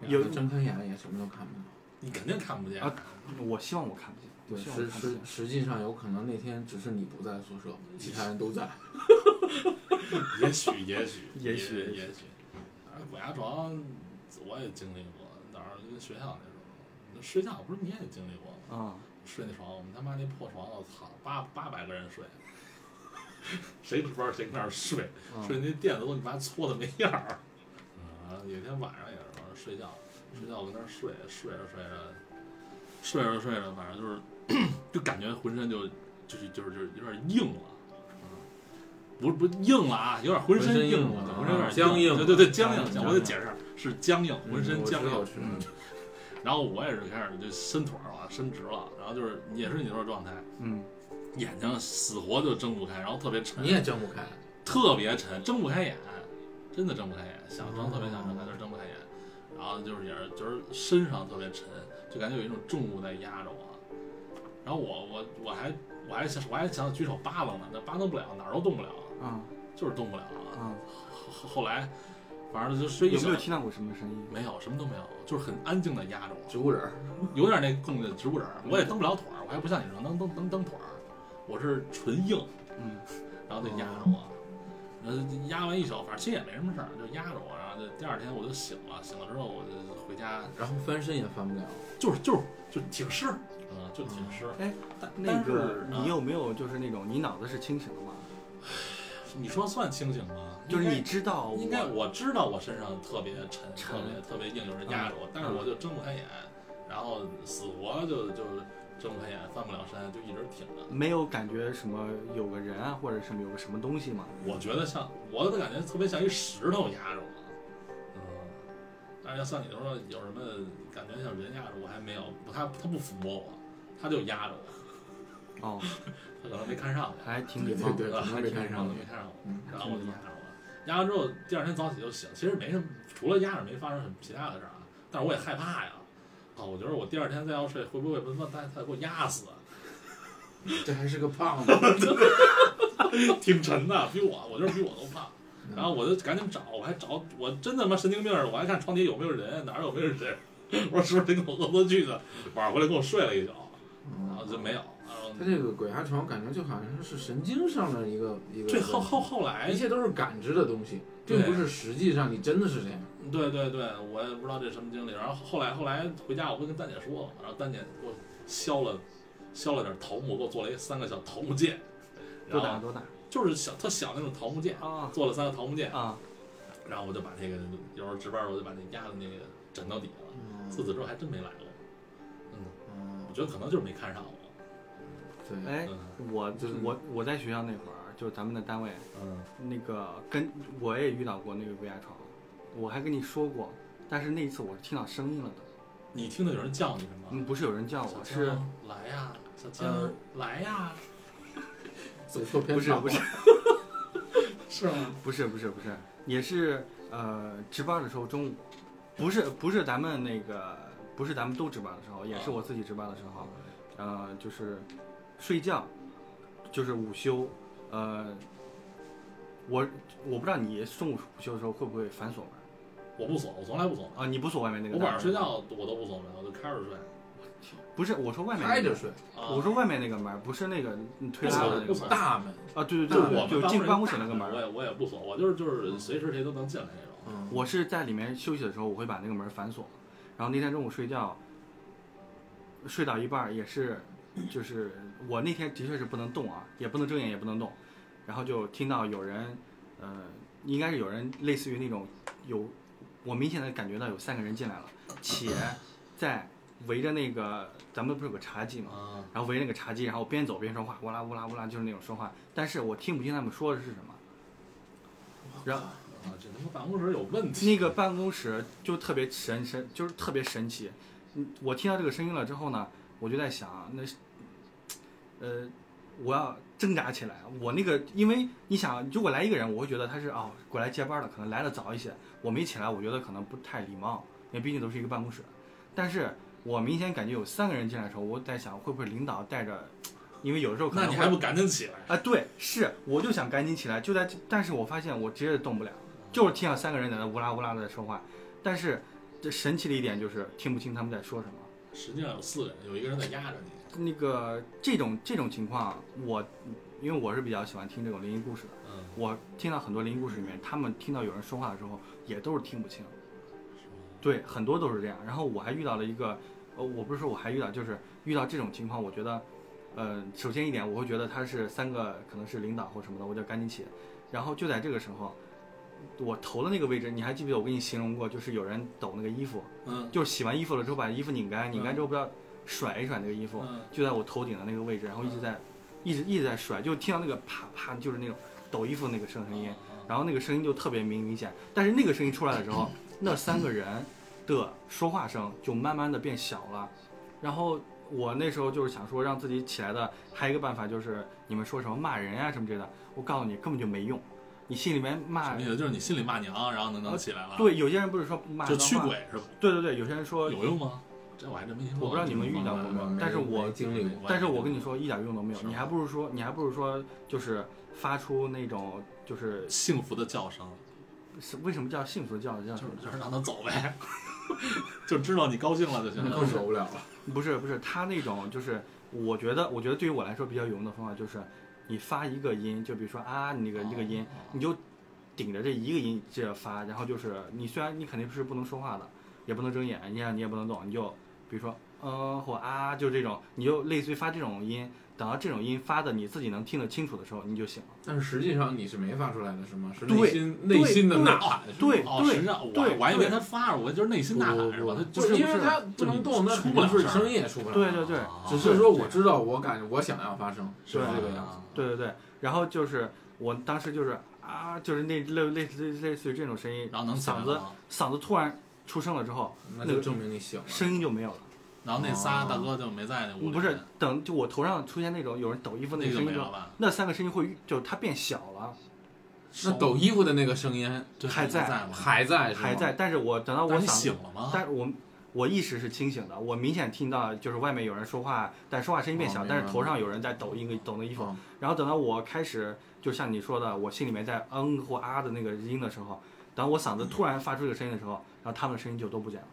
Speaker 4: 有
Speaker 3: 有睁开眼也什么都看不到。
Speaker 1: 你肯定看不见
Speaker 4: 啊我希望我看不见，我
Speaker 3: 对，
Speaker 4: 希望我
Speaker 3: 实
Speaker 4: 看不
Speaker 3: 实
Speaker 4: 见，
Speaker 3: 实际上有可能那天只是你不在宿舍，其他人都在。
Speaker 1: 也许，也许，
Speaker 4: 也许
Speaker 1: 也也许。哎反正鬼压床，我也经历过，哪儿跟学校那时候，那睡觉不是你也经历过吗？
Speaker 4: 啊、
Speaker 1: 睡那床，我们他妈那破床，我操，八八百个人睡， 谁值班谁跟那儿睡，
Speaker 4: 嗯
Speaker 1: 睡那垫子都你妈搓的没样儿。啊，有一天晚上也是晚上睡觉，睡觉我跟那儿睡，睡着睡着，睡着睡着，反正就是 就感觉浑身就就是就是就是有点硬了。嗯不是不是硬了啊，有点浑
Speaker 3: 浑身
Speaker 1: 硬
Speaker 3: 硬了啊
Speaker 1: 浑身有点
Speaker 3: 僵硬
Speaker 1: 对对对，僵硬。
Speaker 3: 僵硬
Speaker 1: 我得解释，是僵硬， 浑身
Speaker 3: 嗯
Speaker 1: 僵硬
Speaker 3: 我。知道我知道
Speaker 1: 然后我也是开始就伸腿儿了，伸直了，然后就是也是你那种状态，
Speaker 4: 嗯，
Speaker 1: 眼睛死活就睁不开，然后特别沉，
Speaker 3: 你也睁不开，
Speaker 1: 特别沉，睁不开眼，真的睁不开
Speaker 4: 哦
Speaker 1: 眼，想睁特别想睁开，但是睁不开眼。然后就是也是就是身上特别沉，就感觉有一种重物在压着我。然后我我我还我还想我还想举手扒拉呢，那扒拉不了，哪儿都动不了，
Speaker 4: 啊、
Speaker 1: 就是动不了。
Speaker 4: 啊、
Speaker 1: 后后后来反正就睡一
Speaker 4: 嗯有
Speaker 1: 宿
Speaker 4: 没有，听到过什么声音？
Speaker 1: 没有什么都没有，就是很安静的压着我。
Speaker 3: 植物人儿。
Speaker 1: 有点那更植物人儿，我也蹬不了腿儿，我还不像你说能蹬蹬蹬腿儿，我是纯硬，
Speaker 4: 嗯，
Speaker 1: 然后就压着我，然后就压完一宿，反正其实也没什么事儿，就压着我，然后就第二天我就醒了，醒了之后我就回家，
Speaker 3: 然后翻身也翻不了，
Speaker 1: 就是就是就挺湿，嗯，就挺湿。
Speaker 4: 哎但那
Speaker 1: 但是
Speaker 4: 个
Speaker 1: 啊
Speaker 4: 你有没有就是那种你脑子是清醒的吗？
Speaker 1: 你说算清醒吗？
Speaker 4: 就是你
Speaker 1: 应
Speaker 4: 知道
Speaker 1: 该
Speaker 4: 我
Speaker 1: 应该我知道我身上特别沉，特
Speaker 4: 沉嗯
Speaker 1: 别特别硬，有人压着我，但是我就睁不开眼，然后死活就就睁不开眼，翻不了身，就一直挺着。
Speaker 4: 没有感觉什么有个人啊，或者什么有个什么东西吗？
Speaker 1: 我觉得像我的感觉特别像一石头压着我，嗯，但是要像你说有什么感觉像人压着我还没有，不他他不抚摸我，他就压着我，
Speaker 4: 哦，
Speaker 1: 他可能没看上我，
Speaker 4: 还挺礼貌
Speaker 3: 对对
Speaker 4: 的。
Speaker 1: 啊
Speaker 3: 可能没看上你
Speaker 1: 没看上我，
Speaker 3: 嗯，
Speaker 1: 然后我就压着我，压完之后第二天早起就醒，其实没什么，除了压着没发生什么其他的事儿啊，但是我也害怕呀，啊，我觉得我第二天再要睡会不会他妈他他给我压死啊？
Speaker 3: 这还是个 胖子。
Speaker 1: 挺沉的，比我，我就是比我都胖。然后我就赶紧找，我还找，我真他妈神经病儿，我还看床底有没有人，哪儿有没有人， 我说是不是得跟我恶作剧呢？晚上回来跟我睡了一宿，然后就没有。然后
Speaker 3: 嗯他这个鬼压床，感觉就好像是神经上的一个一个。
Speaker 1: 这后后后来
Speaker 3: 一，切都是感知的东西，
Speaker 1: 对
Speaker 3: 并不是实际上你真的是这样。
Speaker 1: 对对对，我也不知道这什么经历。然后后来后来回家我会跟丹姐说，然后丹姐给我削了削了点桃木，给我做了一三个小桃木剑，
Speaker 4: 多
Speaker 1: 然
Speaker 4: 大
Speaker 1: 后
Speaker 4: 多大
Speaker 1: 就是小特小那种桃木剑，
Speaker 4: 啊
Speaker 1: 做了三个桃木剑，
Speaker 4: 啊！
Speaker 1: 然后我就把那个有时候值班我就把那压到那个枕头底下了。嗯自此之后还真没来过，
Speaker 3: 嗯
Speaker 1: 我，觉得可能就是没看上我。
Speaker 3: 对，
Speaker 4: 哎，
Speaker 1: 嗯
Speaker 4: 我
Speaker 3: 就是
Speaker 4: 我我在学校那会儿，就咱们的单位
Speaker 1: 嗯，
Speaker 4: 那个跟我也遇到过那个鬼压床，我还跟你说过，但是那一次我是听到声音了的，
Speaker 1: 你听到有人叫你是吗？
Speaker 4: 嗯，不是有人叫
Speaker 1: 小
Speaker 4: 我，嗯
Speaker 1: 江
Speaker 4: 是嗯
Speaker 1: 来呀，小
Speaker 3: 呃
Speaker 1: 江来呀，
Speaker 3: 走错
Speaker 4: 不
Speaker 3: 片
Speaker 4: 是
Speaker 3: 场
Speaker 4: 不是
Speaker 1: 是吗？
Speaker 4: 不是不是不是，也是呃值班的时候中午，不是不是咱们那个不是咱们都值班的时候，也是我自己值班的时候，呃就是睡觉，就是午休，呃我我不知道你中午午休的时候会不会反锁门
Speaker 1: 我不锁，我从来不锁门，
Speaker 4: 啊？你不锁外面那个
Speaker 1: 我
Speaker 4: 大门？
Speaker 1: 晚上睡觉我都不锁门，我就开着睡。啊
Speaker 4: 不是我说外面那
Speaker 3: 开着
Speaker 4: 个门，
Speaker 3: 睡，
Speaker 4: 我说外面那个门，不是那个你推拉的那
Speaker 1: 不
Speaker 4: 个
Speaker 1: 锁
Speaker 4: 门
Speaker 3: 大门，
Speaker 4: 啊，对对
Speaker 1: 但是
Speaker 4: 对，
Speaker 1: 我们
Speaker 4: 就
Speaker 1: 当
Speaker 4: 进
Speaker 1: 时
Speaker 4: 办公室那
Speaker 1: 大
Speaker 4: 个
Speaker 1: 我
Speaker 4: 门。
Speaker 1: 也我也不锁，我就是就是随时谁都能进来那种。
Speaker 3: 嗯，
Speaker 4: 我是在里面休息的时候，我会把那个门反锁。然后那天中午睡觉，睡到一半儿也是，就是我那天的确是不能动啊，也不能睁眼，也不能动。然后就听到有人，呃，应该是有人类似于那种有，我明显的感觉到有三个人进来了，且在围着那个咱们不是有个茶几吗？
Speaker 1: 啊，
Speaker 4: 然后围着那个茶几，然后边走边说话，呜啦呜啦呜啦，就是那种说话，但是我听不清他们说的是什么。然后
Speaker 1: 啊这他妈办公室有问题。
Speaker 4: 那个办公室就特别神神，就是特别神奇。嗯，我听到这个声音了之后呢，我就在想，那是，呃，我要挣扎起来。我那个，因为你想，如果来一个人，我会觉得他是哦过来接班的，可能来的早一些。我没起来，我觉得可能不太礼貌，因为毕竟都是一个办公室。但是我明显感觉有三个人进来的时候，我在想会不会领导带着，因为有时候可
Speaker 1: 那
Speaker 4: 能
Speaker 1: 你
Speaker 4: 会
Speaker 1: 还不赶紧起来？
Speaker 4: 啊，对，是，我就想赶紧起来，就在这，但是我发现我直接动不了，
Speaker 1: 啊
Speaker 4: 就是听到三个人在那呜啦呜啦的说话，但是这神奇的一点就是听不清他们在说什么。
Speaker 1: 实际上有四个人，有一个人在压着你。
Speaker 4: 那个这种这种情况，我因为我是比较喜欢听这种灵异故事的，
Speaker 1: 嗯，
Speaker 4: 我听到很多灵异故事里面，他们听到有人说话的时候，也都是听不清。对，很多都是这样。然后我还遇到了一个，呃，我不是说我还遇到，就是遇到这种情况，我觉得，呃，首先一点，我会觉得他是三个可能是领导或什么的，我就赶紧起。然后就在这个时候，我头的那个位置，你还记不记得我给你形容过，就是有人抖那个衣服，
Speaker 1: 嗯
Speaker 4: 就是洗完衣服了之后把衣服拧干，拧干之后不要甩一甩那个衣服，
Speaker 1: 嗯
Speaker 4: 就在我头顶的那个位置，然后一直在，一直一直在甩，就听到那个啪啪，就是那种抖衣服那个声声
Speaker 1: 哦嗯
Speaker 4: 音，然后那个声音就特别明明显，但是那个声音出来的时候，那三个人的说话声就慢慢的变小了，然后我那时候就是想说让自己起来的，还有一个办法就是你们说什么骂人呀、什么之类的，我告诉你根本就没用，你心里面
Speaker 1: 什
Speaker 4: 骂
Speaker 1: 么意，思？就是你心里骂娘，然后能能起来了。，
Speaker 4: 啊对，有些人不是说骂
Speaker 1: 就
Speaker 4: 脏
Speaker 1: 驱
Speaker 4: 话，
Speaker 1: 鬼是吧？
Speaker 4: 对对对，有些人说
Speaker 1: 有用吗？这我还真没听过。
Speaker 4: 我不知道你们遇到过
Speaker 3: 没
Speaker 4: 吗
Speaker 3: 没？
Speaker 4: 但是我
Speaker 3: 没经历过，
Speaker 4: 但是我跟你，说，一点用都没有。
Speaker 1: 是吗啊
Speaker 4: 你还不如说，你还不如说，就是发出那种，就是
Speaker 1: 幸福的叫声，
Speaker 4: 是为什么叫幸福的叫叫
Speaker 1: 就是就是让他走呗， 就知道你高兴了就行
Speaker 3: 那
Speaker 1: 了。
Speaker 3: 更受不了了。
Speaker 4: 不是不是，他那种就是，我觉得我觉得对于我来说比较有用的方法就是，你发一个音，就比如说啊，你那个那个音，
Speaker 1: 哦
Speaker 4: 你就顶着这一个音接着发，然后就是你虽然你肯定是不能说话的，也不能睁眼，你也你也不能动，你就比如说嗯、或啊，就这种，你就类似于发这种音，等到这种音发的你自己能听得清楚的时候，你就醒了。
Speaker 3: 但是实际上你是没发出来的，是吗？是
Speaker 4: 对
Speaker 3: 内心内心的呐喊，是吗
Speaker 4: 对
Speaker 1: 哦，实际上我
Speaker 4: 对
Speaker 1: 我还以为他发着，我就是内心呐喊是吧？他
Speaker 3: 不
Speaker 1: 就是是
Speaker 3: 因为他不能动，那
Speaker 1: 出
Speaker 3: 肯
Speaker 1: 不了
Speaker 3: 定是
Speaker 1: 声儿
Speaker 3: 声音也出不了。
Speaker 4: 对对对
Speaker 1: 啊
Speaker 3: 只是说我知道，我感觉我想要发声，是
Speaker 4: 对
Speaker 3: 这个样子。
Speaker 1: 啊
Speaker 4: 对对对，然后就是我当时就是啊，就是那类类似类似于这种声音，
Speaker 1: 然后能起来
Speaker 4: 嗓子
Speaker 1: 吗
Speaker 4: 嗓子突然出声了之后，
Speaker 3: 那就证明你醒了。
Speaker 4: 声音就没有了。
Speaker 1: 然后那仨大哥就没在那屋里，
Speaker 4: 嗯不是，等就我头上出现那种有人抖衣服那
Speaker 1: 那个就
Speaker 4: 个声音
Speaker 1: 没
Speaker 4: 之
Speaker 1: 了
Speaker 4: 后，
Speaker 1: 吧？
Speaker 4: 那三个声音会就是它变小了，
Speaker 3: 那抖衣服的那个声音
Speaker 1: 对
Speaker 4: 还在
Speaker 1: 在吗？
Speaker 3: 还在，
Speaker 4: 还在，。但是我等到我
Speaker 1: 但是
Speaker 4: 嗓
Speaker 1: 你
Speaker 4: 子，
Speaker 1: 醒了吗？
Speaker 4: 但是我我意识是清醒的，我明显听到就是外面有人说话，但说话声音变
Speaker 3: 哦
Speaker 4: 小，
Speaker 3: 明白
Speaker 4: 但是头上有人在抖一个抖那衣服，
Speaker 3: 哦
Speaker 4: 然后等到我开始，就像你说的，我心里面在嗯或啊的那个音的时候，等我嗓子突然发出这个声音的时候，然后他们的声音就都不见了。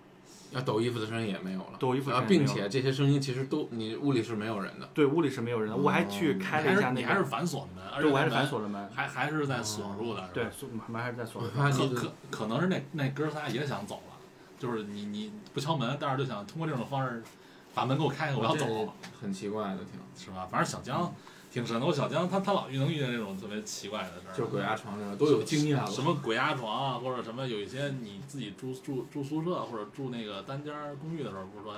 Speaker 3: 那抖衣服的声音也没有了。
Speaker 4: 抖衣服的
Speaker 3: 啊，
Speaker 4: 声音没有
Speaker 3: 并
Speaker 4: 了
Speaker 3: 且这些声音其实都你屋里是没有人的。
Speaker 4: 对，屋里是没有人的，我还去开了
Speaker 1: 哦还
Speaker 4: 一下
Speaker 1: 是
Speaker 4: 那
Speaker 1: 你还是
Speaker 4: 个，
Speaker 1: 反锁嗯的门，而且
Speaker 4: 对，我还是
Speaker 1: 那门
Speaker 4: 反锁了门，
Speaker 1: 还还是在锁住的，是吧
Speaker 4: 对，锁门还是在锁
Speaker 3: 我
Speaker 4: 着。
Speaker 3: 发现
Speaker 1: 可
Speaker 3: 你
Speaker 1: 可可能是那那哥仨也想走了，就是你你不敲门，但是就想通过这种方式把门给我开开，我要走了，
Speaker 3: 很奇怪的，挺
Speaker 1: 是吧？反正小江挺神的，我小江他他老遇能遇见这种特别奇怪的事儿，啊
Speaker 3: 就是鬼压床这种都有经验了。
Speaker 1: 什么鬼压床啊，或者什么有一些你自己住住住宿舍或者住那个单间儿公寓的时候，不是说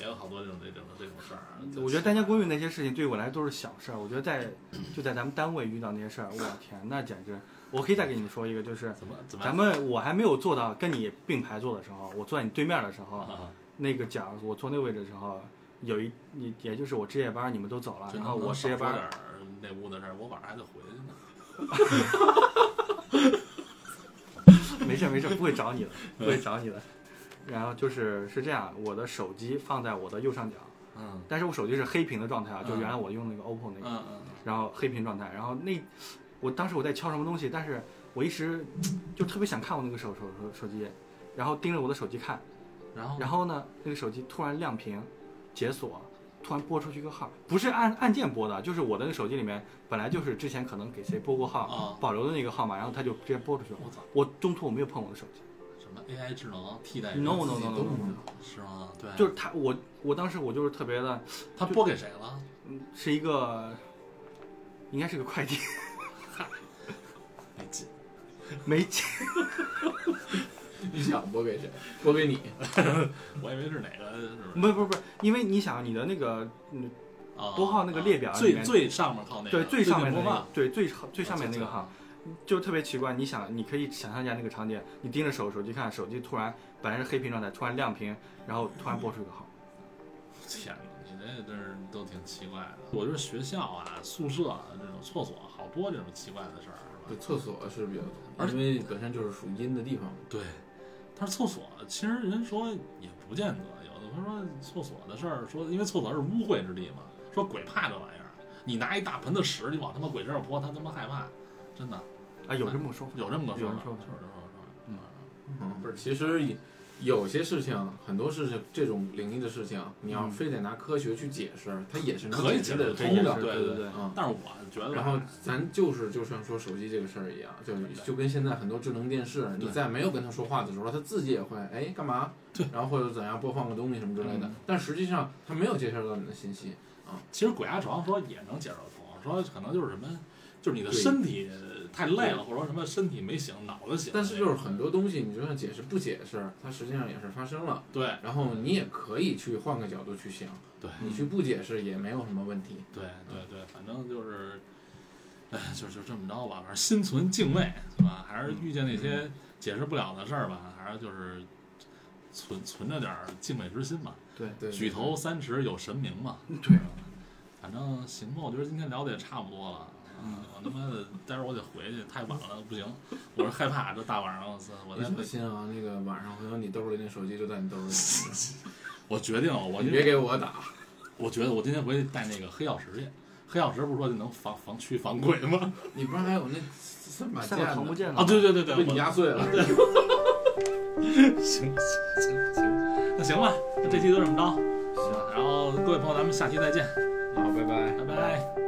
Speaker 1: 也有好多这种这种这种事儿啊。
Speaker 4: 我觉得单间公寓那些事情对我来说都是小事儿，我觉得在就在咱们单位遇到那些事儿，我天，那简直！我可以再给你们说一个，就是
Speaker 1: 怎么怎么
Speaker 4: 咱们我还没有坐到跟你并排坐的时候，我坐在你对面的时候，
Speaker 1: 啊
Speaker 4: 那个角我坐那位置的时候，有一也也就是我值夜班，你们都走了，
Speaker 1: 就
Speaker 4: 啊然
Speaker 1: 能
Speaker 4: 后我
Speaker 1: 能
Speaker 4: 值夜
Speaker 1: 少说
Speaker 4: 班
Speaker 1: 点儿那屋的事儿，我晚上还得回去呢。
Speaker 4: 没事没事，不会 找你的，不会找你的。然后就是是这样，我的手机放在我的右上角，
Speaker 1: 嗯
Speaker 4: 但是我手机是黑屏的状态啊，就
Speaker 1: 嗯
Speaker 4: 原来我用那个 OPPO 那个，
Speaker 1: 嗯嗯，
Speaker 4: 然后黑屏状态，然后那我当时我在敲什么东西，但是我一时就特别想看我那个手手手手机，然后盯着我的手机看，
Speaker 1: 然后
Speaker 4: 然后呢那个手机突然亮屏，解锁，突然拨出去一个号，不是按按键拨的，就是我的那个手机里面本来就是之前可能给谁拨过号
Speaker 1: 啊，
Speaker 4: 保留的那个号码，然后他就直接拨出去了
Speaker 1: 我操。
Speaker 4: 我中途我没有碰我的手机，
Speaker 1: 什么 AI 智能替代
Speaker 4: No,
Speaker 1: 人
Speaker 4: no,
Speaker 1: 自己
Speaker 3: 都
Speaker 4: no, no,
Speaker 1: 都
Speaker 4: no.
Speaker 3: 不知道。
Speaker 1: 是吗？对，
Speaker 4: 就是他我我当时我就是特别的，
Speaker 1: 他拨给谁了？
Speaker 4: 嗯是一个应该是个快递，
Speaker 1: 没哎记，
Speaker 4: 没接
Speaker 3: 你想拨给谁？拨给你。
Speaker 1: 我以为是哪个是不是
Speaker 4: 不是不是不是，因为你想你的那个嗯
Speaker 1: 啊？
Speaker 4: 拨号那个列表
Speaker 1: 啊
Speaker 4: 里
Speaker 1: 最
Speaker 4: 面
Speaker 1: 最上面靠那个，
Speaker 4: 对最上面的
Speaker 1: 播
Speaker 4: 那
Speaker 1: 放
Speaker 4: 个，对最上最上面那个
Speaker 1: 啊
Speaker 4: 号，就特别奇怪。你想，你可以想象一下那个场景，你盯着手手机看，手机突然本来是黑屏状态，突然亮屏，然后突然播出一个号。
Speaker 1: 天哪，你这真是都挺奇怪的。我觉得学校啊、宿舍啊这种厕所好多这种奇怪的事儿，是
Speaker 3: 对，
Speaker 1: 吧？
Speaker 3: 厕所是比较
Speaker 1: 而
Speaker 3: 多，
Speaker 1: 且
Speaker 3: 因为本身就是属阴的地方。
Speaker 1: 对，但是厕所其实人说也不见得，有的他说厕所的事儿，说因为厕所是污秽之地嘛，说鬼怕这玩意儿，你拿一大盆子屎你往他妈鬼身上泼，他他妈害怕，真的
Speaker 4: 啊，有这么说法，
Speaker 1: 有这么个说
Speaker 4: 有
Speaker 1: 法，
Speaker 4: 人说
Speaker 1: 就是这么个说法。
Speaker 4: 嗯
Speaker 3: 嗯，不是，其实也有些事情，很多事情，这种灵异的事情，你要非得拿科学去解释，它也是能
Speaker 1: 嗯可以
Speaker 3: 释
Speaker 1: 解
Speaker 3: 得
Speaker 1: 释
Speaker 3: 通
Speaker 1: 可以解
Speaker 3: 的
Speaker 1: 释。
Speaker 4: 对对
Speaker 1: 对
Speaker 4: 对，
Speaker 3: 嗯，
Speaker 1: 但是我觉得吧，
Speaker 3: 然后咱就是就像说手机这个事儿一样，就就跟现在很多智能电视，你
Speaker 1: 对
Speaker 3: 在没有跟他说话的时候，他自己也会哎干嘛，
Speaker 1: 对，嗯
Speaker 3: 然后或者怎样播放个东西什么之类的，但实际上他没有接收到你的信息，
Speaker 1: 其实鬼压床说也能解释得通，说可能就是什么，就是你的
Speaker 3: 对
Speaker 1: 身体太累了，或者说什么身体没醒，脑子醒了。
Speaker 3: 但是就是很多东西，你就算解释不解释，它实际上也是发生了，
Speaker 1: 对
Speaker 3: 然后你也可以去换个角度去想，
Speaker 1: 对
Speaker 3: 你去不解释也没有什么问题。
Speaker 1: 对对对，反正就是，哎，就就这么着吧，反正心存敬畏是吧？还是遇见那些解释不了的事儿吧，还是就是存存着点儿敬畏之心吧。
Speaker 4: 对，
Speaker 3: 对，
Speaker 1: 举头三尺有神明嘛。
Speaker 4: 对，
Speaker 1: 反正行吧，我觉得今天聊的也差不多了。嗯，我他妈的，待会儿我得回去，太晚了，不行，我是害怕这大晚上，我操，我
Speaker 3: 你
Speaker 1: 再
Speaker 3: 小心啊，那个晚上回头你兜里那手机就在你 兜里，
Speaker 1: 我决定了，我
Speaker 3: 你别给我打。
Speaker 1: 我觉得我今天回去带那个黑曜石去。黑曜石不是说就能防防驱防鬼吗？
Speaker 3: 你不是还有那三把
Speaker 4: 三
Speaker 3: 剑
Speaker 4: 个桃木
Speaker 3: 呢？
Speaker 4: 剑呢
Speaker 1: 啊，对对对对，
Speaker 3: 被你
Speaker 1: 我
Speaker 3: 压碎 了。
Speaker 1: 行行行行，那行吧，那这期就这么着。行，然后各位朋友，咱们下期再见，
Speaker 3: 好，拜拜。
Speaker 1: 拜拜。